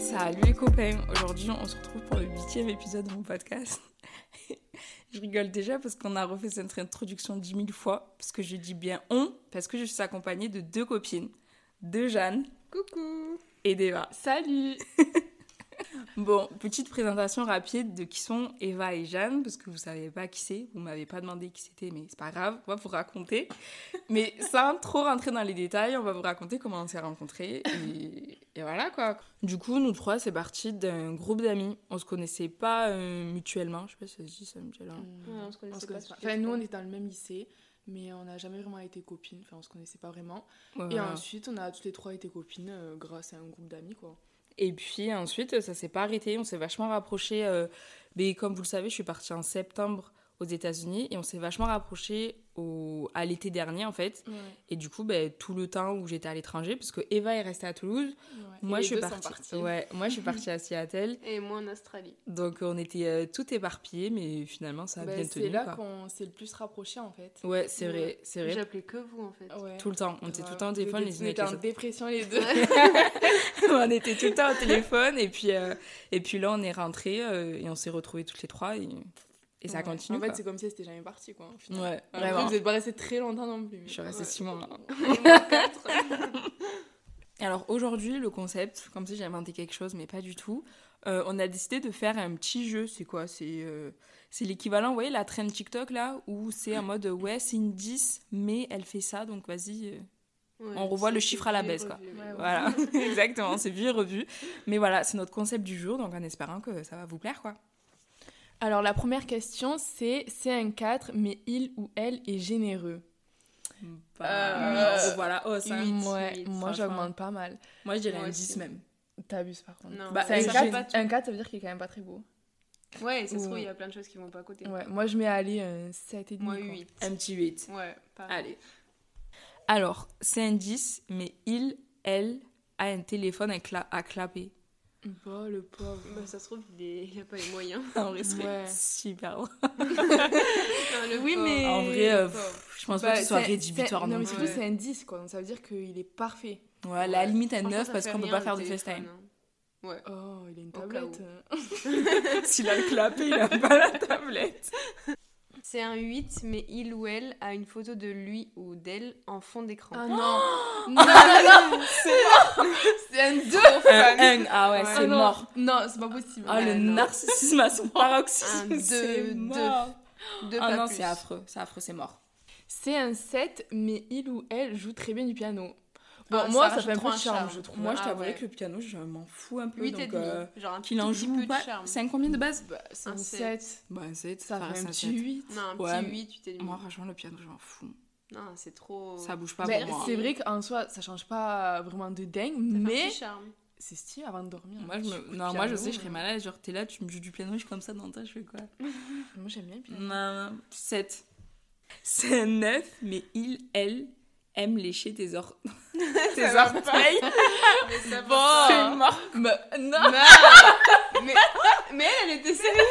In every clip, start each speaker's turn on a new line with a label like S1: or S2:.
S1: Salut les copains, aujourd'hui on se retrouve pour le huitième épisode de mon podcast. je rigole déjà parce qu'on a refait cette introduction dix mille fois, parce que je dis bien on, parce que je suis accompagnée de deux copines, de Jeanne
S2: Coucou
S1: et d'Eva.
S2: Salut
S1: Bon, petite présentation rapide de qui sont Eva et Jeanne, parce que vous savez pas qui c'est, vous m'avez pas demandé qui c'était, mais c'est pas grave, on va vous raconter. Mais sans trop rentrer dans les détails, on va vous raconter comment on s'est rencontrés, et, et voilà quoi. Du coup, nous trois, c'est parti d'un groupe d'amis, on se connaissait pas euh, mutuellement, je sais pas si ça se dit ça hein. mutuellement.
S2: On se
S3: On
S2: connaissait
S3: se
S2: pas.
S3: connaissait pas.
S2: Enfin, nous, on était dans le même lycée, mais on n'a jamais vraiment été copines. Enfin, on se connaissait pas vraiment.
S1: Ouais,
S2: Et
S1: voilà.
S2: ensuite, on a toutes les trois été copines euh, grâce à un groupe d'amis, quoi.
S1: Et puis ensuite, ça s'est pas arrêté, on s'est vachement rapprochés. euh, mais comme vous le savez, je suis partie en septembre aux États-Unis et on s'est vachement rapprochés au, à l'été dernier en fait. Et du coup, ben, tout le temps où j'étais à l'étranger, parce que Eva est restée à Toulouse, moi, je suis partie, ouais, moi je suis partie à Seattle.
S3: Et moi en Australie.
S1: Donc on était euh, tout éparpillés, mais finalement ça a
S2: Bah,
S1: bien
S2: c'est
S1: tenu.
S2: là
S1: quoi.
S2: qu'on s'est le plus rapprochés, en fait.
S1: Ouais, c'est
S3: Ouais.
S1: vrai, c'est vrai. Ah
S3: J'appelais que vous en fait.
S2: Ouais.
S1: Tout le temps, on était tout le temps au
S2: Grave.
S1: téléphone
S2: On
S1: les unes
S2: était
S1: avec les
S2: en
S1: autres.
S2: dépression, les deux.
S1: on était tout le temps au téléphone et puis, euh, et puis là on est rentrés euh, et on s'est retrouvés toutes les trois et, et ça
S2: Ouais.
S1: continue.
S2: En fait,
S1: quoi.
S2: c'est comme si c'était jamais parti, quoi. au final.
S1: Ouais,
S2: Après,
S1: vraiment.
S2: vous êtes pas restés très longtemps non plus. mais-
S1: Je suis restée
S3: Ouais.
S1: six mois. hein.
S3: Et moi, quatre.
S1: Alors aujourd'hui, le concept, comme si j'ai inventé quelque chose, mais pas du tout, euh, on a décidé de faire un petit jeu. C'est quoi C'est euh, c'est l'équivalent, vous voyez, la traîne TikTok là, où c'est en mode ouais, c'est une 10, mais elle fait ça, donc vas-y. euh.
S3: Ouais,
S1: On revoit le
S3: c'est-
S1: chiffre à la
S3: j'ai
S1: baisse, quoi.
S3: revu,
S2: Ouais,
S3: ouais.
S1: Voilà, exactement, c'est vu et revu. Mais voilà, c'est notre concept du jour, donc en espérant que ça va vous plaire quoi.
S2: Alors la première question c'est c'est un 4 mais il ou elle est généreux.
S1: Bah,
S2: Euh,
S1: oh, voilà, oh, ça.
S3: huit.
S2: ouais,
S3: huit,
S1: franchement.
S2: moi j'augmente pas mal.
S1: Moi je dirais
S3: Moi
S1: un
S3: aussi.
S1: 10 même.
S2: T'abuses par contre.
S3: Non,
S1: Bah,
S2: C'est
S1: ça
S2: Ah, un,
S1: gêne
S2: 4,
S3: pas tout.
S2: un 4 ça veut dire qu'il est quand même pas très beau.
S3: Ouais, ça se trouve,
S2: Ouais.
S3: il y a plein de choses qui vont pas à côté.
S2: Ouais, moi je mets à aller un 7 et demi.
S3: Moi
S2: quoi.
S3: 8.
S1: Un petit 8.
S3: Ouais, pas.
S1: Allez. Alors, c'est un 10, mais il, elle, a un téléphone à, cla- à clapper.
S2: Bah, le pauvre.
S3: Bah, ça se trouve, il, est... il a pas les moyens.
S1: En vrai, c'est
S2: Ouais.
S1: super drôle.
S3: Enfin, le
S2: Oui,
S3: pauvre.
S2: mais- Et-
S1: En vrai, euh,
S3: le pauvre.
S1: pff, je pense
S2: Bah,
S1: pas que ce soit
S2: c'est-
S1: rédhibitoire
S2: c'est- Non
S1: non
S2: mais
S1: plus.
S2: surtout
S3: Ouais.
S2: c'est un 10 quoi, donc ça veut dire qu'il est parfait.
S1: Ouais, à la
S3: Ouais.
S1: limite, un
S3: Franchement,
S1: 9
S3: ça
S1: parce
S3: fait
S1: qu'on peut
S3: rien,
S1: pas faire
S3: le
S1: de FaceTime.
S3: téléphone, hein. Ouais.
S2: Oh, il a une
S3: Au cas
S2: tablette.
S3: où.
S2: hein.
S1: S'il a le clapé, il a pas la tablette.
S3: C'est un 8, mais il ou elle a une photo de lui ou d'elle en fond
S2: Ah
S3: d'écran.
S2: non. non, non, non, c'est un 2.
S1: Un, un, ah ouais, c'est mort.
S2: Non, c'est pas possible.
S1: Ah,
S3: Ouais,
S1: le
S3: non.
S1: narcissisme à son paroxysme.
S3: Un, deux,
S1: c'est
S3: deux,
S1: mort.
S3: Deux
S1: Ah
S3: pas
S1: non,
S3: plus.
S1: c'est affreux. C'est affreux, c'est mort.
S2: C'est un 7, mais il ou elle joue très bien du piano. Bon,
S3: Ah,
S2: moi,
S3: ça
S2: ça fait un peu
S3: rajoute
S2: de
S3: trop un
S2: charme,
S3: charme.
S2: je trouve.
S1: Moi, je
S3: Ah
S1: t'avouerais
S3: ouais.
S1: que le piano, je m'en fous un peu.
S3: 8
S1: donc,
S3: et demi.
S1: euh,
S3: Genre un
S1: Qu'il en
S3: tout petit
S1: joue
S3: peu
S1: ou
S3: de
S1: pas.
S3: charme.
S1: C'est un combien de base
S2: Bah, c'est
S3: Un
S2: un
S3: sept.
S2: 7.
S1: Bah, c'est
S2: Ça fait un petit
S1: sept.
S2: 8.
S3: Non, un
S1: Ouais,
S3: petit
S1: mais-
S3: 8, 8 et demi.
S1: Moi, franchement, le piano, je m'en fous.
S3: Non, c'est trop.
S1: Ça bouge pas
S2: Mais
S1: pour moi.
S2: c'est vrai qu'en soi, ça change pas vraiment de dingue,
S3: Ça fait un
S2: mais
S3: petit charme.
S2: c'est stylé avant de dormir. hein.
S1: Moi, je
S2: Tu
S1: me-
S2: écoutes
S1: Non, moi, je
S2: piano,
S1: sais, je serais
S2: euh,
S1: malade. Genre, t'es là, tu me joues du piano, je suis comme ça dans ta, je fais quoi
S2: Moi, j'aime bien le piano.
S1: Non, 7. C'est un 9, mais il, elle, aime lécher tes, or... tes
S2: va
S1: orteils.
S3: Mais ça
S2: Bon.
S3: va.
S2: C'est
S1: mort.
S2: non
S3: Non. mais, mais elle, elle était sérieuse.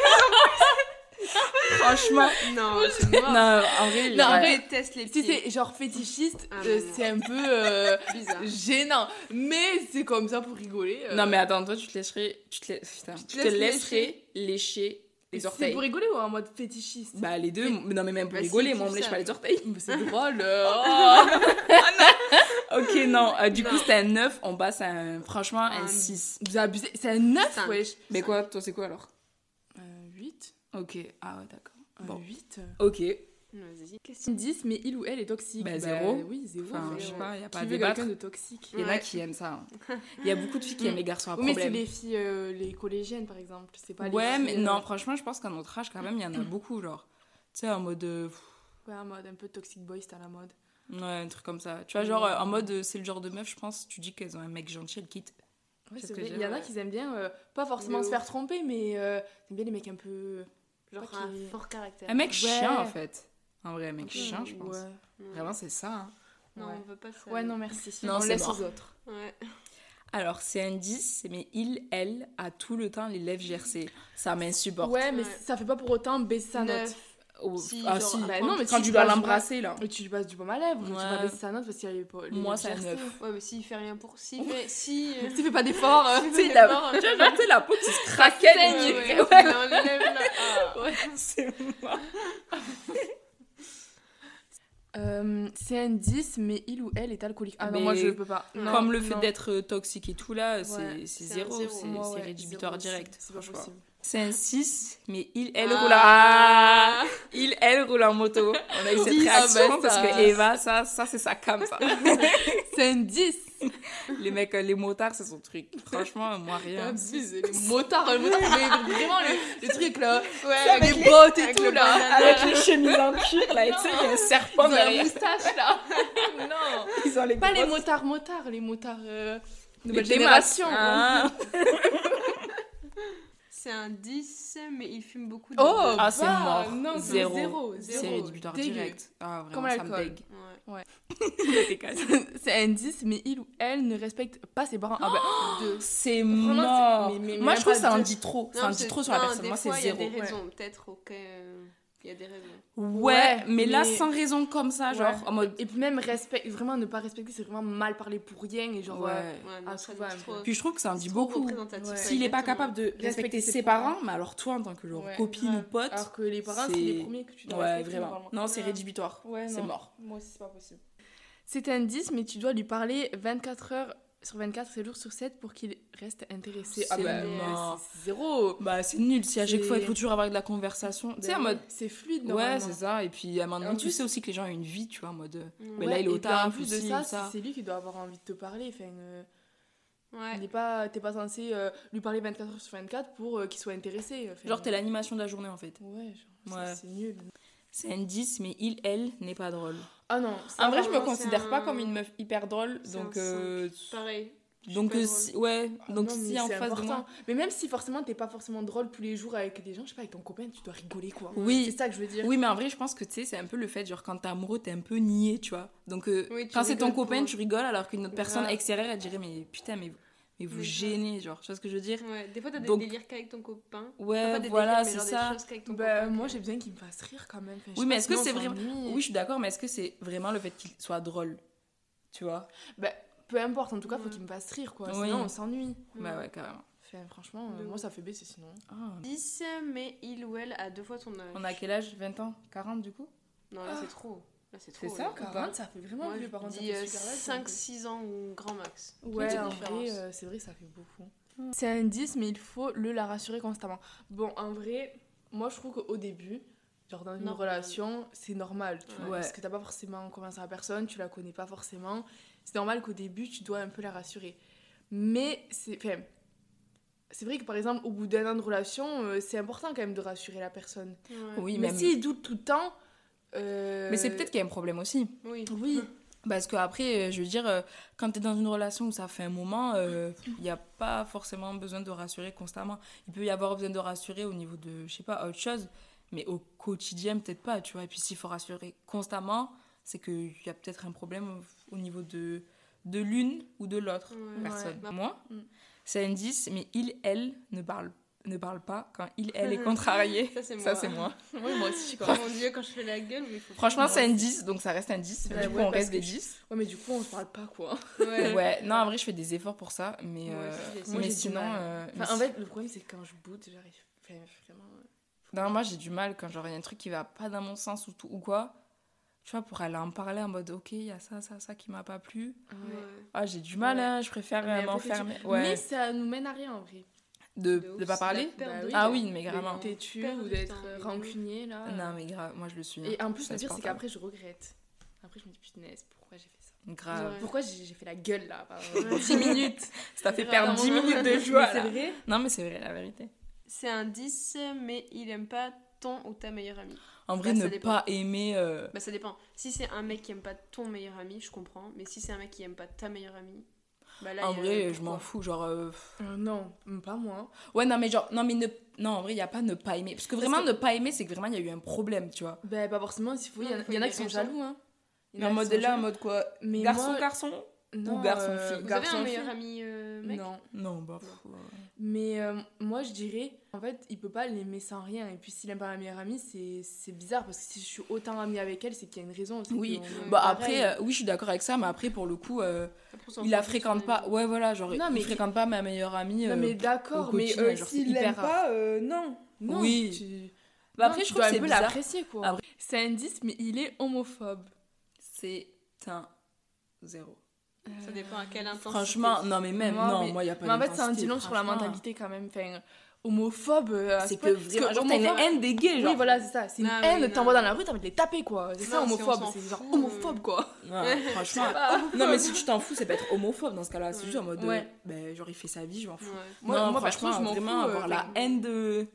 S1: Franchement.
S3: Non, c'est
S1: Non,
S3: mort.
S1: en vrai,
S2: Non, en
S1: ouais.
S2: vrai,
S3: Je déteste les
S2: Si
S3: petits.
S2: c'est genre fétichiste,
S3: Ah,
S2: euh,
S3: non, non.
S2: c'est un peu euh,
S3: bizarre.
S2: gênant. Mais c'est comme ça pour rigoler. euh.
S1: Non, mais attends, toi, tu te laisserais. Tu te, la- putain, tu te
S2: laisses
S1: laisserais lécher les
S2: C'est
S1: orteils.
S2: pour rigoler ou en mode fétichiste
S1: Bah, les deux. mais Non, mais même pour
S3: Bah, si,
S1: rigoler,
S3: tu
S1: moi, on me
S3: le
S1: lèche
S3: sais.
S1: pas les orteils. Ah,
S2: Mais c'est drôle. euh, oh.
S1: Ok, non. euh, du coup,
S3: Non.
S1: c'était un 9. On passe à un. Franchement, un
S3: Un-
S1: 6.
S2: Vous abusez. C'est un 9,
S3: Cinq.
S2: wesh.
S1: Mais quoi, toi, c'est quoi alors
S2: Euh, 8
S1: Ok. Ah ouais, d'accord. Bon.
S2: 8
S1: Ok.
S3: Vas-y.
S2: C'est une 10, mais il ou elle est toxique.
S1: Bah, zéro.
S2: Oui, zéro.
S1: Enfin,
S2: mais
S1: je sais
S3: ouais.
S1: pas, y a pas à
S2: qui veut quelqu'un
S1: débattre.
S2: de toxique
S1: Il y en a
S3: Ouais.
S1: qui aiment ça. hein. Il y a beaucoup de filles qui aiment les garçons à
S2: Oui, mais c'est
S1: problème.
S2: les filles, euh, les collégiennes par exemple. C'est pas les
S1: Ouais,
S2: filles,
S1: mais
S2: euh,
S1: non, franchement, je pense qu'à notre âge, quand même, il y en a beaucoup, genre. Tu sais, en mode. euh, pff,
S2: Ouais, en mode un peu toxic boy, c'est à la mode.
S1: Ouais, un truc comme ça. Tu vois, genre, euh, en mode, euh, c'est le genre de meuf, je pense, tu dis qu'elles ont un mec gentil, elles quittent.
S2: Ouais,
S1: C'est
S2: c'est
S1: ce que
S2: vrai.
S1: je
S2: Il y en a
S3: ouais.
S2: qui aiment bien, euh, pas forcément
S3: De
S2: se
S3: ouf.
S2: faire tromper, mais euh, ils aiment bien les mecs un peu.
S3: Genre
S2: Pas
S3: un
S2: qu'il-
S3: fort caractère.
S1: Un mec
S2: Ouais.
S1: chien, en fait. En vrai, un mec
S2: Ouais,
S1: chien, je pense.
S2: Ouais,
S1: Vraiment, c'est ça. hein.
S3: Non,
S2: Ouais.
S3: on veut pas ça.
S2: Ouais, non, merci.
S1: Non,
S2: On
S1: c'est
S2: laisse
S1: mort.
S2: aux autres.
S3: Ouais.
S1: Alors, c'est un 10, mais il, elle, a tout le temps les lèvres gercées. Ça m'insupporte.
S2: Ouais, mais
S3: Ouais.
S2: ça fait pas pour autant baisser sa note.
S3: Neuf.
S1: Oh,
S3: Si,
S1: ah
S3: genre,
S1: si,
S2: bah
S1: quand,
S2: non, mais
S1: quand
S2: si,
S1: tu dois
S2: bah, je vois.
S1: l'embrasser là.
S2: Et tu lui passes du baume à lèvres, tu vas
S1: Ouais.
S2: baisser sa note parce qu'il y a les, les
S1: Moi,
S2: lèvres
S1: c'est un
S2: gercées.
S1: neuf.
S3: Ouais, mais s'il fait rien pour. S'il fait. Si. euh,
S2: Si tu fais pas d'effort, euh,
S1: Tu sais, la, tu vois, genre, tu sais, la peau qui se craquait.
S3: ouais,
S1: mais-
S3: ouais,
S1: ouais.
S3: il enlève là. Ah.
S1: c'est moi.
S2: Euh, c'est un 10, mais il ou elle est alcoolique. Ah non,
S1: Mais
S2: moi je peux pas. Non,
S1: Comme le fait
S2: non.
S1: d'être euh, toxique et tout là,
S2: Ouais,
S1: c'est c'est
S3: c'est un
S1: zéro,
S3: zéro.
S1: c'est
S2: Moi,
S1: c'est
S2: ouais,
S1: rédhibitoire
S2: zéro aussi.
S1: direct.
S2: C'est pas
S1: franchement.
S2: possible.
S1: C'est un 6, mais il, elle
S3: Ah.
S1: roule en... Ah Il, elle roule en moto. On a eu cette
S2: Dix.
S1: réaction
S2: Ah ben,
S1: parce
S2: ça-
S1: que Eva, ça, ça c'est sa cam, ça.
S2: C'est un 10.
S1: les mecs, euh, les motards, c'est son truc. Franchement, moi,
S3: Ah.
S1: rien.
S2: Abusé. Les motards, les motards, mais vraiment le, le truc là.
S3: Ouais,
S2: Avec,
S3: avec
S2: les bottes et
S3: avec
S2: tout
S3: le
S2: là.
S3: banana.
S1: Avec les chemises en cuir, là, et tu sais, il y a un
S2: Ils
S1: serpent
S2: ont la
S1: derrière.
S2: moustache là. non.
S1: Ils ont les
S2: Pas les
S1: grosses-
S2: motards motards, les motards euh,
S1: les
S2: nouvelle
S1: démasses.
S2: génération.
S1: Ah.
S3: C'est un 10, mais il fume beaucoup de.
S2: Oh,
S1: Ah, c'est
S2: bah,
S1: mort.
S2: Non, c'est
S1: Zéro.
S2: zéro.
S3: C'est
S1: C'est
S2: zéro.
S1: rédhibitoire
S2: Dégueu.
S1: direct. Ah, vraiment,
S2: Comme
S1: ça me
S2: l'alcool.
S1: dégue.
S3: Ouais.
S2: C'est un 10, mais il ou elle ne respecte pas ses parents. Ah bah, deux.
S1: C'est
S2: Vraiment,
S1: mort.
S2: c'est- mais- mais- mais
S1: Oh. Moi,
S2: même
S1: je trouve
S2: pas
S1: que ça en
S2: deux.
S1: dit trop.
S3: Non,
S1: ça en
S3: c'est-
S1: dit trop sur la
S3: non,
S1: personne.
S3: des
S1: Moi, c'est
S3: fois,
S1: zéro.
S3: Il y a des
S2: Ouais.
S3: raisons, peut-être, ok. euh, Il y a des raisons.
S1: Ouais,
S2: Ouais,
S1: mais là,
S2: mais-
S1: sans raison comme ça, genre,
S2: Ouais.
S1: en mode.
S2: Et puis même respect, vraiment ne pas respecter, c'est vraiment mal parler pour rien et genre. euh,
S1: Ouais.
S3: Ouais, non,
S2: Ah,
S3: ça
S2: c'est pas
S3: dit
S2: un
S3: trop-
S1: Puis je trouve que ça en
S3: c'est
S1: dit
S3: trop
S1: beaucoup.
S3: représentatif,
S2: Ouais.
S3: ouais,
S1: S'il n'est pas
S3: exactement.
S1: capable de respecter,
S2: Respecter
S1: ses,
S2: ses
S1: parents,
S2: parents,
S1: mais alors toi, en tant que genre,
S2: Ouais.
S1: copine
S3: Ouais.
S1: ou pote,
S2: Alors que les parents, c'est
S1: c'est-
S2: les premiers que tu dois
S1: ouais,
S2: respecter.
S1: vraiment.
S2: normalement.
S1: Non, c'est
S3: Ouais.
S1: rédhibitoire.
S2: Ouais,
S1: c'est
S2: non.
S1: mort.
S2: Moi aussi, c'est pas possible. C'est un 10, mais tu dois lui parler 24 heures sur 24, 7 jours sur 7 pour qu'il reste intéressé.
S1: C'est
S2: bah,
S1: mort.
S2: c'est zéro.
S1: Bah, c'est nul. Si à chaque
S2: C'est-
S1: fois, il faut toujours avoir de la conversation. Tu sais, en
S2: Ben,
S1: mode.
S2: C'est fluide,
S1: Ouais,
S2: normalement.
S1: c'est ça. Et puis, à un moment
S2: En
S1: donné, tu
S2: plus-
S1: sais aussi que les gens ont une vie, tu vois, en mode. euh, Mais
S3: Ouais.
S1: là, il est au
S2: et puis en
S1: taf,
S2: plus de
S1: aussi,
S2: ça,
S1: ça.
S2: c'est- c'est lui qui doit avoir envie de te parler. Enfin, euh,
S3: Ouais.
S2: il est pas, t'es pas censé euh, lui parler 24 heures sur 24 pour euh, qu'il soit intéressé. Enfin,
S1: Genre, t'es l'animation de la journée, en fait.
S2: Ouais, genre,
S1: Ouais.
S2: c'est- c'est nul.
S1: C'est un 10, mais il, elle, n'est pas drôle.
S2: Ah non,
S1: En vrai, je me
S3: vraiment, c'est
S1: considère pas
S3: un-
S1: comme une meuf hyper drôle.
S3: c'est
S1: Donc,
S3: un
S1: euh,
S3: Pareil. Je suis
S1: donc
S3: pas
S1: euh,
S3: drôle. Ah
S1: si- ouais. Donc,
S2: Non, mais
S1: si en
S2: c'est
S1: face de moi.
S2: important. Mais même si forcément t'es pas forcément drôle tous les jours avec des gens, je sais pas, avec ton copain, tu dois rigoler quoi. C'est
S1: Oui.
S2: ça que je veux dire.
S1: Oui, mais en vrai, je pense que tu sais, c'est un peu le fait, genre, quand t'es amoureux, t'es un peu niais, tu vois. Donc, euh,
S3: Oui, tu
S1: quand c'est ton
S3: rigoles
S1: copain,
S3: pour-
S1: tu rigoles, alors qu'une autre personne
S2: Grave.
S1: extérieure, elle dirait, mais putain, mais, mais vous
S3: Mais grave.
S1: gênez, genre. Tu vois ce que je veux dire
S3: Ouais, des fois, t'as des
S1: Donc-
S3: délires qu'avec ton copain. Enfin,
S1: Ouais,
S3: pas des
S1: voilà,
S3: délires, mais
S1: c'est
S3: genre
S1: ça.
S3: Des choses qu'avec ton
S2: Bah,
S3: copain.
S2: moi j'ai besoin qu'il me fasse rire quand même. Enfin, je
S1: Oui,
S2: sais
S1: mais
S2: pas,
S1: est-ce que
S2: sinon,
S1: c'est
S2: on
S1: vraiment-
S2: s'ennuie.
S1: Oui, je suis d'accord, mais est-ce que c'est vraiment le fait qu'il soit drôle Tu vois
S2: Bah, peu importe, en tout cas, faut
S3: Ouais.
S2: qu'il me fasse rire quoi.
S1: Oui.
S2: Sinon on s'ennuie.
S3: Hmm.
S1: Bah, ouais, carrément.
S2: Enfin, franchement, euh,
S3: De
S2: moi
S3: ouf.
S2: ça fait baisser sinon.
S1: Ah.
S3: 10, mais il ou elle a deux fois ton âge.
S1: On a quel âge 20 ans 40 du coup
S3: Non, là,
S2: Ah.
S3: c'est trop. Là, c'est trop.
S1: C'est ça,
S3: là.
S1: quoi.
S2: 40, ça fait vraiment
S3: Moi,
S2: vieux
S3: je
S2: par contre. ça
S3: dis
S2: fait super mal, ça me
S3: 5, 6 ans ou grand max.
S2: fait- Ouais,
S3: Petite
S2: en
S3: différence.
S2: vrai, euh, c'est vrai, que ça fait beaucoup.
S1: Mm.
S2: C'est un 10, mais il faut le la rassurer constamment. Bon, en vrai, moi je trouve qu'au début, genre dans une
S3: Normal.
S2: relation, c'est normal, tu vois,
S1: Ouais.
S2: parce que t'as pas forcément commencé la personne, tu la connais pas forcément. C'est normal qu'au début, tu dois un peu la rassurer. Mais c'est. Enfin, c'est vrai que par exemple, au bout d'un an de relation, euh, c'est important quand même de rassurer la personne.
S3: Ouais.
S1: Oui,
S2: Mm. mais
S1: même.
S2: s'il doute tout le temps. euh,
S1: Mais c'est peut-être qu'il y a un problème aussi.
S3: Oui.
S2: Oui,
S1: Parce que après, euh, je veux dire, euh, quand t'es dans une relation où ça fait un moment, euh, il n'y a pas forcément besoin de rassurer constamment. Il peut y avoir besoin de rassurer au niveau de, je sais pas, autre chose, mais au quotidien, peut-être pas, tu vois. Et puis s'il faut rassurer constamment, c'est qu'il y a peut-être un problème au au niveau de, de l'une ou de l'autre
S3: Ouais.
S1: personne.
S3: Ouais.
S1: Moi,
S2: Mm.
S1: c'est un 10, mais il, elle ne parle, ne parle pas quand il, elle est contrarié.
S3: Ça, c'est moi.
S1: Ça, c'est moi.
S2: oui, moi aussi, je suis
S3: Oh mon dieu, quand je fais la gueule, mais il faut.
S1: Franchement,
S3: Ouais.
S1: c'est un 10, donc ça reste un 10.
S2: Ouais,
S1: du coup,
S2: Bah ouais,
S1: on
S2: parce
S1: reste
S2: que
S1: des
S2: je-
S1: 10.
S2: Ouais, mais du coup, on se parle pas quoi.
S3: Ouais.
S1: Ouais, non, en vrai, je fais des efforts pour ça, mais,
S3: Moi
S1: euh,
S3: aussi, j'ai
S2: essayé.
S1: mais
S2: Moi, j'ai du
S1: sinon.
S2: mal.
S1: euh, mais
S2: Enfin, en
S1: si-
S2: fait, le problème, c'est que quand je boot, j'arrive. Enfin, vraiment. euh,
S1: non, moi, j'ai du mal quand genre, il y a un truc qui va pas dans mon sens ou, tout, ou quoi. Tu vois, pour aller en parler en mode, ok, il y a ça, ça, ça qui m'a pas plu.
S3: Ouais.
S1: Ah, j'ai du mal,
S2: Ouais.
S1: hein, je préfère euh,
S2: Mais après,
S1: m'enfermer.
S2: tu-
S1: Ouais,
S2: Mais ça nous mène à rien en vrai.
S1: de,
S3: De ouf,
S1: de pas
S3: c'est
S1: parler.
S3: la perte
S2: Bah
S3: de
S2: oui.
S3: temps.
S1: Ah oui, mais carrément.
S2: D'être têtu
S3: Perdre
S2: ou
S3: du
S2: d'être
S3: temps,
S2: euh,
S3: mais oui.
S2: rancunier là.
S1: Non, mais grave, moi, je le suis. hein.
S2: Et en plus,
S1: Ça,
S2: le
S1: c'est
S2: pire, c'est
S1: portable.
S2: qu'après, je regrette. Après, je me dis, putain, pourquoi j'ai fait ça
S1: Grave.
S3: Ouais.
S2: Pourquoi j'ai j'ai fait la gueule là par-
S3: Ouais.
S2: 10 minutes.
S1: Ça fait
S2: Grave,
S1: perdre
S2: dans
S1: 10
S2: mon-
S1: minutes de
S2: Mais
S1: joie.
S2: C'est
S1: là.
S2: vrai.
S1: Non, mais c'est vrai, la vérité.
S3: C'est un 10, mais il aime pas ton ou ta meilleure amie.
S1: En vrai,
S3: Bah, ça
S1: ne
S3: dépend.
S1: pas aimer. euh,
S3: Bah, ça dépend. Si c'est un mec qui aime pas ton meilleur ami, je comprends. Mais si c'est un mec qui aime pas ta meilleure amie, bah là.
S1: En
S3: il y a-
S1: vrai, je m'en
S3: pourquoi
S1: fous. Genre, euh,
S2: Euh, non, pas moi.
S1: Ouais, non, mais genre, non, mais ne... non, en vrai, il n'y a pas ne pas aimer. Parce que
S2: Parce
S1: vraiment,
S2: que-
S1: ne pas aimer, c'est que vraiment, il y a eu un problème, tu vois.
S2: Ben, pas forcément, s'il faut. Il y, en-
S3: Non,
S2: il y en a
S3: mais
S2: qui sont
S3: raison.
S2: jaloux. Hein. Il y
S1: Mais
S2: en a
S1: en
S2: qui
S1: mode
S2: sont
S1: là, en
S2: jaloux.
S1: mode quoi
S2: Mais
S1: Garçon,
S2: moi-
S1: garçon
S2: Non, euh,
S1: garçon, fille.
S3: Vous
S2: garçon,
S3: avez un
S2: fille.
S3: meilleur ami euh, mec
S2: Non.
S1: Non, bah. pff, ouais.
S2: Mais euh, moi, je dirais, en fait, il peut pas l'aimer sans rien. Et puis, s'il aime pas ma meilleure amie, c'est c'est bizarre parce que si je suis autant amie avec elle, c'est qu'il y a une raison. c'est
S1: Oui.
S2: qu'on-
S1: Bah
S2: pareil.
S1: après, euh, oui, je suis d'accord avec ça, mais après, pour le coup, euh,
S3: Après, on s'en
S1: il la
S3: fout, c'est son
S1: fréquente pas.
S3: ami.
S1: Ouais, voilà, genre,
S2: Non,
S1: il
S2: mais-
S1: fréquente pas ma meilleure amie.
S2: Non,
S1: euh,
S2: mais
S1: au
S2: d'accord, mais
S1: quotidien,
S2: euh,
S1: genre, c'est
S2: s'il
S1: hyper
S2: l'aime
S1: rare.
S2: pas, euh, non. non.
S1: Oui.
S2: tu-
S1: Bah
S2: non,
S1: après,
S2: tu
S1: je trouve que
S2: dois un
S1: c'est
S2: peu
S1: bizarre.
S2: l'apprécier, quoi.
S1: Après-
S2: C'est un 10, mais il est homophobe.
S1: C'est un zéro.
S3: Ça dépend à quelle intensité.
S1: Franchement, non, mais même,
S2: Moi,
S1: non,
S2: mais-
S1: moi, il a pas
S2: Mais en fait, c'est un
S1: d'intensité,
S2: dit long sur la
S1: franchement. euh.
S2: mentalité quand même. Enfin, homophobe. euh, à ce
S1: C'est
S2: point.
S1: que
S2: Parce
S1: vraiment, genre, t'as une
S2: homophobe-
S1: haine des gays, genre.
S2: Oui, voilà, c'est ça. C'est une
S3: Non, oui,
S2: haine,
S3: non,
S2: t'envoies
S3: non.
S2: dans la rue, t'as envie de les taper, quoi. C'est ça,
S3: Non, si on
S2: homophobe.
S3: s'en
S2: C'est genre
S3: fout, euh.
S2: homophobe, quoi. Ah,
S1: Ouais, franchement. Non, mais si tu t'en fous, c'est pas être homophobe dans ce cas-là. C'est juste en mode. euh,
S2: Ouais.
S1: ben, genre, il fait sa vie, je m'en fous.
S3: Ouais.
S2: Moi,
S1: non,
S2: moi, perso,
S1: franchement,
S2: je m'en
S1: vraiment,
S2: fous, euh,
S1: avoir la
S2: enfin,
S1: haine de.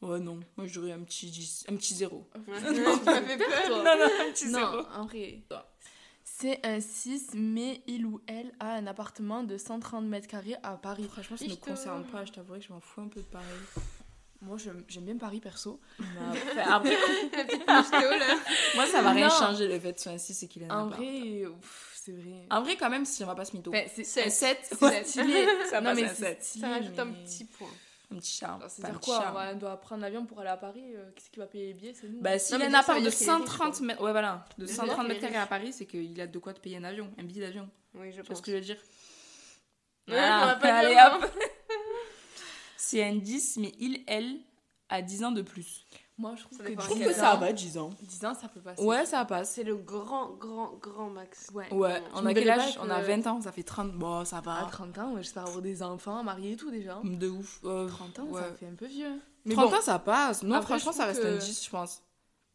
S1: Ouais, non. Moi, je dirais un petit, dix- un petit zéro.
S3: Ouais. Tu m'as fait peur.
S2: Toi.
S1: Non, non, un petit
S2: Non,
S1: zéro.
S2: en vrai.
S1: Toi.
S2: C'est un 6, mais il ou elle a un appartement de 130 mètres carrés à Paris.
S1: Franchement, ça ne me
S3: Ichto.
S1: concerne pas. Je t'avouerai que je m'en fous un peu de Paris.
S2: Moi, j'aime j'aime bien Paris, perso.
S1: Mais après,
S3: La petite mouchetéo, là.
S1: moi, ça va rien
S2: Non.
S1: changer Ah, le fait de soit un 6 et qu'il a un
S2: En
S1: appart.
S2: vrai, pff, c'est vrai.
S1: En vrai, quand même, si on va pas se mytho.
S2: Enfin, c'est
S3: Sept.
S2: un sept,
S3: Sept.
S2: c'est stylé.
S1: Ça
S2: non,
S1: passe
S2: mais
S1: à
S2: c'est
S1: sept.
S2: stylé,
S3: Ça rajoute un
S2: mais-
S3: petit point.
S1: Un petit charme.
S2: Alors,
S1: pas un
S2: C'est-à-dire
S1: petit
S2: quoi
S1: charme.
S2: on va- On doit prendre l'avion pour aller à Paris. euh, Qu'est-ce qui va payer les billets C'est nous.
S1: Bah, s'il
S3: mais
S1: a un
S3: déjà, ça veut
S1: appart de
S3: dire qu'il est riche,
S1: 130 mètres. Ouais, voilà. De
S3: Déjà,
S1: 130
S3: qu'il est
S1: mètres carrés
S3: riche.
S1: à Paris, c'est qu'il a de quoi te payer un avion, un billet d'avion.
S3: Oui, je
S1: Tu vois
S3: pense.
S1: ce que je veux dire Ah.
S3: Ouais, on va pas
S1: allez,
S3: dire non.
S1: hop. C'est un 10, mais il, elle, a 10 ans de plus.
S2: Moi, je trouve
S3: Ça
S2: que
S3: dépend
S1: Je
S3: Je
S1: trouve
S3: trouve
S1: que
S2: 10
S1: ça
S2: ans-
S1: va, 10 ans.
S2: 10 ans, ça peut passer.
S1: Ouais, ça passe.
S3: C'est le grand, grand, grand max.
S2: Ouais.
S1: Ouais,
S3: Je
S1: on
S2: me
S1: a quel
S2: verrais pas
S1: âge
S2: que-
S3: euh,
S1: On a 20 ans, ça fait 30. Bon, ça
S3: Ah,
S2: À
S1: va.
S2: 30 ans, ouais, j'espère avoir des enfants, mariés et tout déjà.
S1: De ouf. Euh,
S2: 30 ans,
S1: ouais.
S2: ça fait un peu vieux.
S1: 30 ans, ça passe. Non,
S2: Après,
S1: franchement,
S2: je
S1: ça
S2: trouve
S1: reste
S2: que-
S1: un 10, je pense.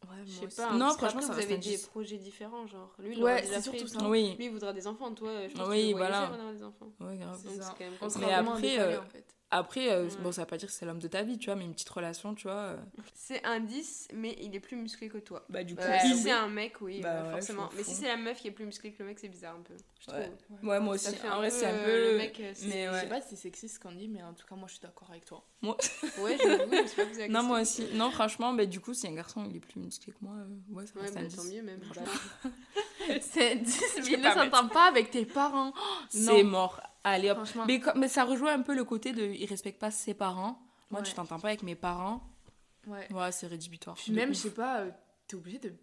S2: Ouais,
S3: Je
S2: moi
S3: sais
S2: aussi.
S3: pas. hein,
S1: Non,
S3: parce
S1: franchement,
S3: qu'après,
S1: ça
S3: vous
S1: reste
S3: avez
S1: un
S3: des
S1: dix.
S3: projets différents, genre. Lui, il
S2: Ouais,
S3: aura déjà
S2: c'est
S3: fait
S2: surtout
S3: et
S2: ça.
S3: tout.
S1: Oui.
S3: Lui, il voudra des enfants, toi. euh, Je pense
S1: Oui,
S3: que tu
S1: voilà.
S3: voilà. avant d'avoir des enfants.
S1: Ouais, grave.
S3: C'est
S2: ça.
S3: c'est quand même
S2: On
S3: cool.
S2: se
S1: Mais
S2: rend vraiment
S1: après,
S2: décalé,
S1: euh,
S2: en fait.
S1: Après, euh,
S3: Ouais.
S1: bon, ça va pas dire que c'est l'homme de ta vie, tu vois, mais une petite relation, tu vois. euh.
S3: C'est un 10, mais il est plus musclé que toi. Euh,
S1: Bah, du coup,
S2: Ouais,
S3: si
S1: oui.
S3: c'est un mec, oui,
S1: Bah
S3: bah,
S1: ouais, je
S3: forcément.
S1: m'en
S3: Mais si
S1: fous.
S3: c'est la meuf qui est plus musclée que le mec, c'est bizarre un peu. Je
S1: Ouais.
S3: trouve.
S1: Ouais, moi
S3: Ça
S1: aussi.
S3: fait
S1: En vrai, c'est un
S3: euh,
S1: peu.
S3: le mec. euh, c'est-
S1: Mais
S2: Je sais
S1: ouais.
S2: pas si c'est sexiste ce qu'on dit, mais en tout cas, moi je suis d'accord avec toi.
S3: Ouais, j'avoue, je sais pas poser la
S1: Non,
S3: question.
S1: moi aussi. Non, franchement, bah, du coup, si un garçon il est plus musclé que moi, euh, ouais, ça
S3: Ouais,
S1: reste un
S3: bah,
S1: 10.
S3: tant mieux même.
S1: Voilà.
S2: C'est un 10, mais
S1: Je vais
S2: il ne
S1: pas mettre.
S2: s'entend pas avec tes parents.
S1: C'est
S2: Non.
S1: mort. Allez, hop.
S2: Franchement.
S1: Mais, comme- mais ça rejoint un peu le côté de il respecte pas ses parents. Moi, tu
S2: Ouais.
S1: t'entends pas avec mes parents.
S2: Ouais.
S1: Ouais, c'est rédhibitoire.
S2: Puis
S1: De
S2: même,
S1: ouf.
S2: je sais pas, euh, t'es obligé de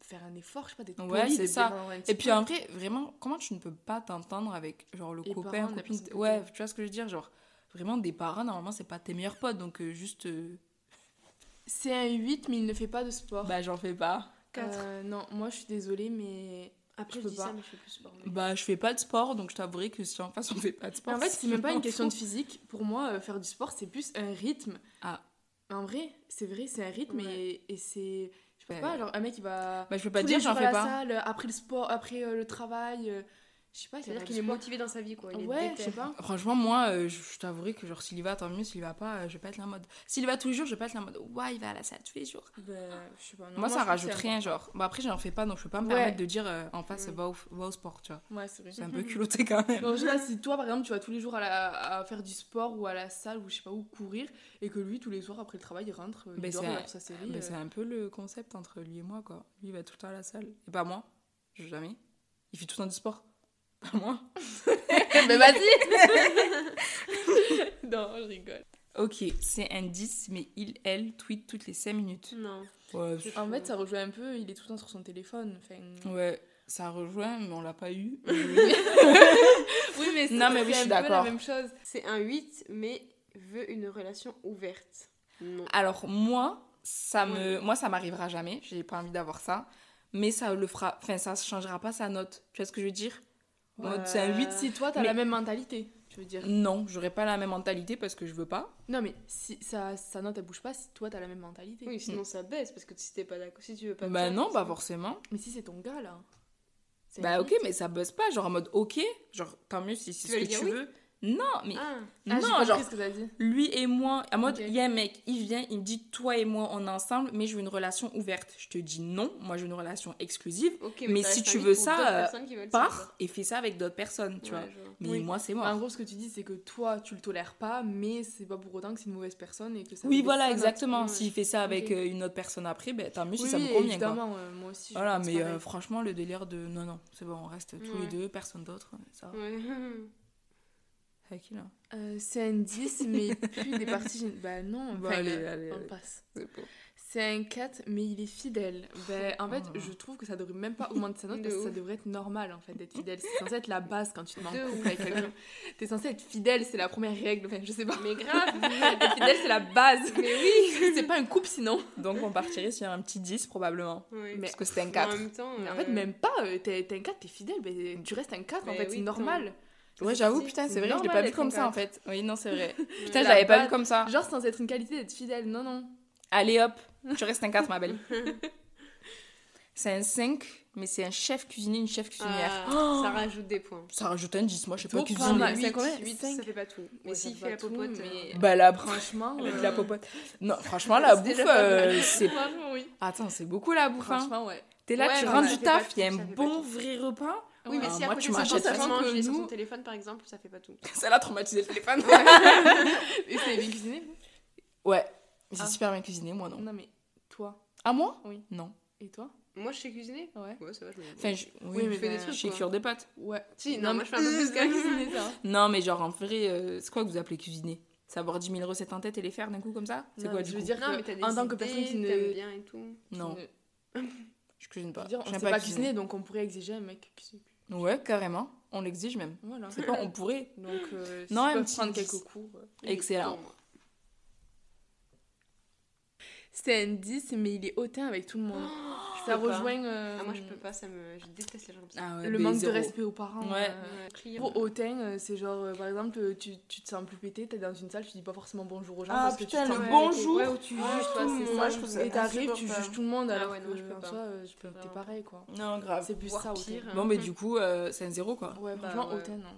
S2: faire un effort, je sais pas, d'être
S1: Ouais,
S2: poli,
S1: c'est
S2: de
S1: ça.
S2: défendre un petit
S1: Et puis
S2: peu.
S1: en vrai, vraiment, comment tu ne peux pas t'entendre avec genre le
S2: Les
S1: copain,
S2: parents de la
S1: copine
S2: personne
S1: t-
S2: que
S1: Ouais,
S2: t'aimes.
S1: tu vois ce que je veux dire Genre, vraiment, des parents, normalement, c'est pas tes meilleurs potes. Donc, euh, juste. euh,
S2: C'est un 8, mais il ne fait pas de sport.
S1: bah, j'en fais pas.
S3: quatre.
S2: Euh, non, moi je suis désolée, mais.
S3: Après,
S2: je
S3: je
S2: peux
S3: dis
S2: pas.
S3: ça, mais je fais plus sport. mais-
S1: Bah, je fais pas de sport. Donc, je t'avouerai que si en face, on fait pas de sport.
S2: en fait, c'est même pas une question de physique. Pour moi, euh, faire du sport, c'est plus un rythme.
S1: Ah.
S2: En vrai, c'est vrai, c'est un rythme
S3: Ouais.
S2: et, et c'est. Je sais
S1: Ouais.
S2: pas, genre un mec il va.
S1: Bah, je peux pas
S2: tous
S1: dire,
S2: les
S1: j'en
S2: jours à
S1: fais
S2: la
S1: pas.
S2: salle, euh, après le sport, après euh, le travail. euh, je sais pas, il va
S3: C'est-à-dire
S2: faire
S3: qu'il
S2: du
S3: est
S2: sport.
S3: motivé dans sa vie, quoi. Il est
S2: Ouais, je
S3: déter.
S2: sais pas.
S1: Franchement, moi, euh, je, je t'avouerai que genre, s'il y va, tant mieux. S'il y va pas, euh, je vais pas être la mode. S'il y va tous les jours, je vais pas être la mode. Ouais, il va à la salle tous les jours.
S2: Bah, je sais pas. non,
S1: moi,
S2: je
S1: ça
S2: trouve
S1: rajoute
S2: que c'est
S1: rien, genre. Bah, après, j'en fais pas, donc je peux pas me
S2: Ouais.
S1: permettre de dire euh, en face,
S3: Mm.
S1: va, au, va au sport, tu vois.
S2: un- Ouais, c'est vrai.
S1: C'est un peu culotté quand même.
S2: Non, je sais pas, si toi par exemple tu vas tous les jours à, la- à faire du sport ou à la salle ou je sais pas où courir et que lui tous les soirs après le travail il rentre, euh,
S1: Bah,
S2: il dort,
S1: c'est
S2: il
S1: un-
S2: regarde sa série.
S1: Mais
S2: euh,
S1: c'est un peu le concept entre lui et moi, quoi. Lui, il va tout le temps à la salle. Et pas moi. Je- Jamais. Il fait tout le temps du sport. Pas moi.
S2: Mais Bah, vas-y Non, je rigole.
S1: Ok, c'est un 10, mais il, elle, tweet toutes les 5 minutes.
S3: Non.
S1: Ouais,
S3: je-
S2: En fait, ça rejoint un peu, il est tout le temps sur son téléphone. Enfin...
S1: ouais, ça rejoint, mais on l'a pas eu.
S2: Oui, mais
S1: Non, mais oui, je suis
S2: un peu la
S1: d'accord.
S2: même chose.
S3: C'est un 8, mais veut une relation ouverte. Non.
S1: Alors, moi, ça me, moi, ça m'arrivera jamais. J'ai pas envie d'avoir ça. Mais ça le fera. Enfin, ça changera pas sa note. Tu vois ce que je veux dire En mode, C'est un 8, c'est.
S2: Si toi t'as
S1: Mais-
S2: la même mentalité, je veux dire.
S1: Non, j'aurais pas la même mentalité parce que je veux pas.
S2: Non, mais si sa, sa note elle bouge pas, si toi t'as la même mentalité.
S3: Oui, sinon ça baisse parce que si t'es pas d'accord, si tu veux pas. de
S1: Hmm. Bah
S3: ça,
S1: non, bah
S3: forcément.
S1: forcément.
S2: Mais si c'est ton gars là. hein. c'est un
S1: Bah ok,
S2: huit.
S1: mais ça buzz pas, genre en mode ok, genre tant mieux si c'est
S3: Tu
S1: ce
S3: vas
S1: que
S3: lui dire
S1: tu
S3: oui
S1: veux. Non, mais
S3: Ah,
S2: Ah, j'ai
S1: non,
S2: compris
S1: genre
S2: ce que t'as dit.
S1: lui et moi, à mode,
S3: Ok.
S1: il y a un mec, il vient, il me dit toi et moi on est ensemble, mais je veux une relation ouverte. Je te dis non, moi je veux une relation exclusive.
S3: ok.
S1: Mais
S3: ça
S1: si
S3: reste
S1: tu
S3: un mythe
S1: veux
S3: pour
S1: ça,
S3: d'autres
S1: euh,
S3: personnes qui veulent ça,
S1: Pars et fais ça avec d'autres personnes, tu
S3: quoi.
S1: vois.
S3: Ouais, je vois.
S1: Mais
S2: Oui.
S1: moi c'est
S2: Bah, en
S1: mort.
S2: gros, ce que tu dis, c'est que toi, tu le tolères pas, mais c'est pas pour autant que c'est une mauvaise personne et que ça.
S1: Oui,
S2: blesse
S1: voilà,
S2: pas notre-
S1: exactement.
S3: ouais.
S1: S'il fait ça avec
S2: Ok.
S1: euh, une autre personne après, ben, tant mieux si
S2: Oui,
S1: ça
S2: oui,
S1: me convient. quoi.
S2: évidemment, euh, moi aussi. je
S1: Voilà,
S2: pense
S1: mais
S2: pareil.
S1: euh, franchement, le délire de non, non, c'est bon, on reste tous les
S3: Ouais. Mm.
S1: deux, personne d'autre, ça hein. va.
S3: Ouais.
S1: C'est qui là
S2: Euh, c'est un 10, mais plus des parties. gén- Bah non,
S1: Bon,
S2: enfin,
S1: allez,
S2: euh,
S1: allez,
S2: on
S1: allez.
S2: passe.
S1: C'est bon.
S2: C'est un 4, mais il est fidèle. Ben, en fait,
S1: Oh là là.
S2: je trouve que ça devrait même pas augmenter sa note
S3: De
S2: parce que ça
S3: ouf.
S2: devrait être normal en fait d'être fidèle. C'est censé être la base quand tu te mets en
S3: De
S2: couple
S3: ouf.
S2: avec quelqu'un. T'es censé être fidèle, c'est la première règle. Enfin, je sais pas.
S3: Mais grave,
S2: Être fidèle, c'est la base.
S3: mais oui.
S2: c'est pas un couple sinon.
S1: Donc on partirait sur un petit 10 probablement.
S3: Ouais.
S2: Mais-
S1: Parce que c'était un
S3: Mais
S1: 4.
S3: En même temps,
S2: Mais en
S3: euh,
S2: fait, même pas. euh, T'es t'es un 4, t'es fidèle. ben, tu restes un 4 en
S3: Mais
S2: fait,
S3: oui,
S2: c'est normal.
S1: Ouais,
S3: c'est
S1: j'avoue,
S3: petit,
S1: putain,
S2: c'est
S1: c'est vrai, je l'ai
S2: normal
S1: pas vu
S2: d'être
S1: comme
S2: un
S1: ça en
S2: quatre.
S1: fait. Oui, non, c'est vrai.
S3: ouais.
S1: Putain,
S2: La
S1: j'avais pas
S2: base.
S1: vu comme ça.
S2: Genre sans être une qualité d'être fidèle. Non, non.
S1: Allez hop, tu restes un 4, ma belle. C'est un 5, mais c'est un chef cuisinier, une chef cuisinière.
S3: Ah,
S1: Oh
S3: Ça rajoute des points.
S1: ça rajoute un 10, moi je sais pas
S2: Trop pas
S1: cuisiner.
S2: mal.
S3: Huit,
S2: c'est combien
S3: huit,
S2: Cinq
S3: ça fait pas tout. Mais
S2: Ouais, ça
S3: s'il
S2: fait
S3: fait
S2: pas
S3: la
S2: tout,
S3: popote,
S2: mais-
S3: mais...
S1: Bah la,
S2: Franchement.
S1: avec
S2: euh,
S1: la popote. Non, franchement, la
S2: C'est
S1: bouffe,
S2: déjà pas mal.
S1: euh, c'est.
S2: Franchement, oui.
S1: Attends, c'est beaucoup la bouffe. hein.
S2: Franchement, ouais.
S1: T'es là,
S3: Ouais,
S1: tu
S3: non,
S1: rentres
S3: ça
S1: du
S3: fait pas
S1: taf,
S3: tout,
S1: il y a un
S3: ça fait
S1: bon
S3: pas tout.
S1: vrai repas.
S3: Oui, mais
S1: Ah,
S3: si à
S1: moi,
S3: côté
S1: tu
S3: de ça,
S1: m'achètes
S3: ça
S1: ça.
S3: mange
S2: Que
S3: sur son
S2: nous-
S3: téléphone, par exemple, ça fait pas tout.
S1: Ça l'a traumatisé le téléphone.
S2: Et c'est bien cuisiné
S1: Ouais, j'ai
S2: Ah.
S1: super bien cuisiné, moi non.
S2: Non, mais toi
S1: À moi
S2: Oui.
S1: Non.
S2: et toi
S3: Moi, je sais cuisiner.
S2: Ouais.
S3: Ouais, ça va, je me...
S1: Enfin, je,
S2: Oui,
S1: oui,
S2: mais
S1: mais
S3: je fais des
S2: ben,
S1: je
S3: trucs,
S1: sais
S3: quoi.
S1: cuire des pâtes.
S2: Ouais.
S3: Si, non, moi, je fais un peu
S2: mais-
S3: plus qu'un cuisiner.
S2: ça.
S1: Non, mais genre en vrai, euh, c'est quoi que vous appelez cuisiner Savoir 10 000 recettes en tête et les faire d'un coup comme ça C'est
S2: Non,
S1: quoi
S2: mais
S1: du
S2: je veux
S1: coup
S2: dire
S3: Non,
S2: que
S3: mais t'as des
S2: en tant que
S3: idées,
S2: personne qui
S3: t'aimes
S2: ne
S3: bien et tout.
S1: Non,
S2: qui ne-
S1: je cuisine
S2: je
S1: pas.
S2: veux dire, on
S1: J'aime
S2: sait pas,
S1: cuisiner.
S2: cuisiner, donc on pourrait exiger un mec qui cuisine.
S1: Ouais, carrément. On l'exige même.
S2: Voilà.
S1: C'est pas, on pourrait.
S2: Donc, euh,
S1: Non,
S2: s'ils
S1: un
S2: peuvent
S1: petit
S2: prendre
S1: dix.
S2: quelques cours. euh.
S3: Il est
S1: Excellent.
S3: bon, moi.
S2: C'est un 10, mais il est hautain avec tout le monde.
S3: Je
S2: ça
S3: peux pas.
S2: rejoint euh,
S3: Ah, moi, je peux pas, ça me... Je déteste les gens comme ça.
S1: Ah ouais,
S2: le
S1: mais
S2: manque
S1: zéro.
S2: de respect aux parents.
S1: Ouais.
S2: euh.
S3: Ouais. Client.
S2: Pour hautain, euh, c'est genre, euh, par exemple, euh, tu, tu te sens plus pété, t'es dans une salle, tu dis pas forcément bonjour aux gens
S1: Ah,
S2: parce que
S1: putain,
S2: tu te
S1: le
S2: sens
S3: Ouais,
S1: bonjour.
S3: ouais, où tu
S1: Ah,
S3: juges, toi,
S1: tout,
S3: c'est
S1: moi,
S3: ça.
S1: je trouve ça
S2: Et t'arrives, tu
S3: insupportable.
S2: juges tout le monde
S3: Ah
S2: alors
S3: ouais, non,
S2: que,
S3: je peux
S2: en
S3: pas.
S2: soi, euh, je peux-
S3: peux
S2: t'es
S3: vraiment
S2: pareil quoi.
S1: Non, grave.
S2: C'est Mm. plus
S3: Voire
S2: ça,
S3: pire.
S2: hautain.
S1: Bon, mais du coup, euh, c'est un zéro quoi.
S2: Ouais,
S3: Bah,
S2: franchement, hein.
S3: ouais.
S2: hautain, non.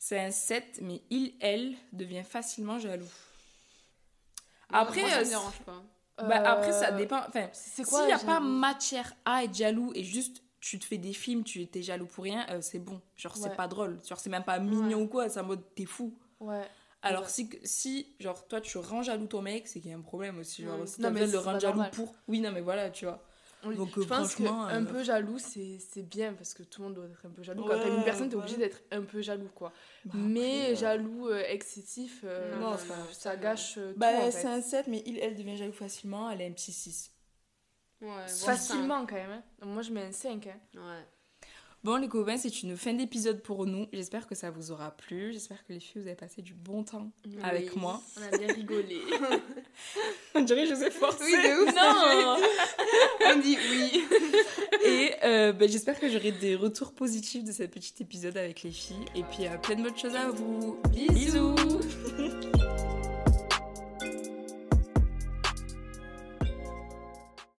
S1: C'est un 7, mais il, elle, devient facilement jaloux. Après,
S3: moi, ça
S1: euh,
S3: me dérange pas.
S1: Bah, après, ça
S2: Euh,
S1: dépend. Enfin,
S2: C'est quoi
S1: S'il n'y a
S2: j'ai-
S1: pas matière à être jaloux et juste tu te fais des films, tu t'es jaloux pour rien, euh, c'est bon. Genre,
S2: Ouais.
S1: c'est pas drôle. Genre, c'est même pas mignon ou quoi. C'est en mode, t'es fou.
S2: Ouais.
S1: Alors,
S2: Ouais.
S1: si, que- si, genre, toi, tu rends jaloux ton mec, c'est qu'il y a un problème aussi. Genre,
S3: Ouais.
S1: si
S2: Non,
S1: t'as
S2: mais
S1: besoin de le
S2: c'est
S1: rendre
S2: pas
S1: jaloux
S2: normal.
S1: pour. Oui, non, mais voilà, tu vois.
S2: On-
S1: Donc,
S2: je
S1: euh,
S2: pense que
S1: franchement,
S2: un
S1: euh,
S2: peu jaloux, c'est c'est bien parce que tout le monde doit être un peu jaloux. Quand t'es une
S1: Ouais,
S2: personne, t'es
S1: voilà.
S2: obligé d'être un peu jaloux quoi.
S1: Bah,
S2: Mais
S1: après, euh,
S2: jaloux euh, excessif, euh,
S1: Non,
S2: non,
S1: c'est pas-
S2: ça gâche euh, tout
S1: Bah,
S2: en
S1: c'est
S2: fait.
S1: un 7, mais il, elle devient jaloux facilement, elle est un petit 6.
S3: Ouais, bon, ça-
S2: Facilement quand même. hein. Moi je mets un 5. hein.
S3: Ouais.
S1: Bon, les copains, c'est une fin d'épisode pour nous. J'espère que ça vous aura plu. J'espère que les filles, vous avez passé du bon temps avec
S3: Oui,
S1: moi.
S3: On a bien rigolé.
S1: On dirait que je vous ai forcé.
S3: Oui, de
S1: non
S3: ouf, On dit oui.
S1: Et euh, ben, j'espère que j'aurai des retours positifs de ce petit épisode avec les filles. Et puis euh, plein de bonnes choses à vous. Bisous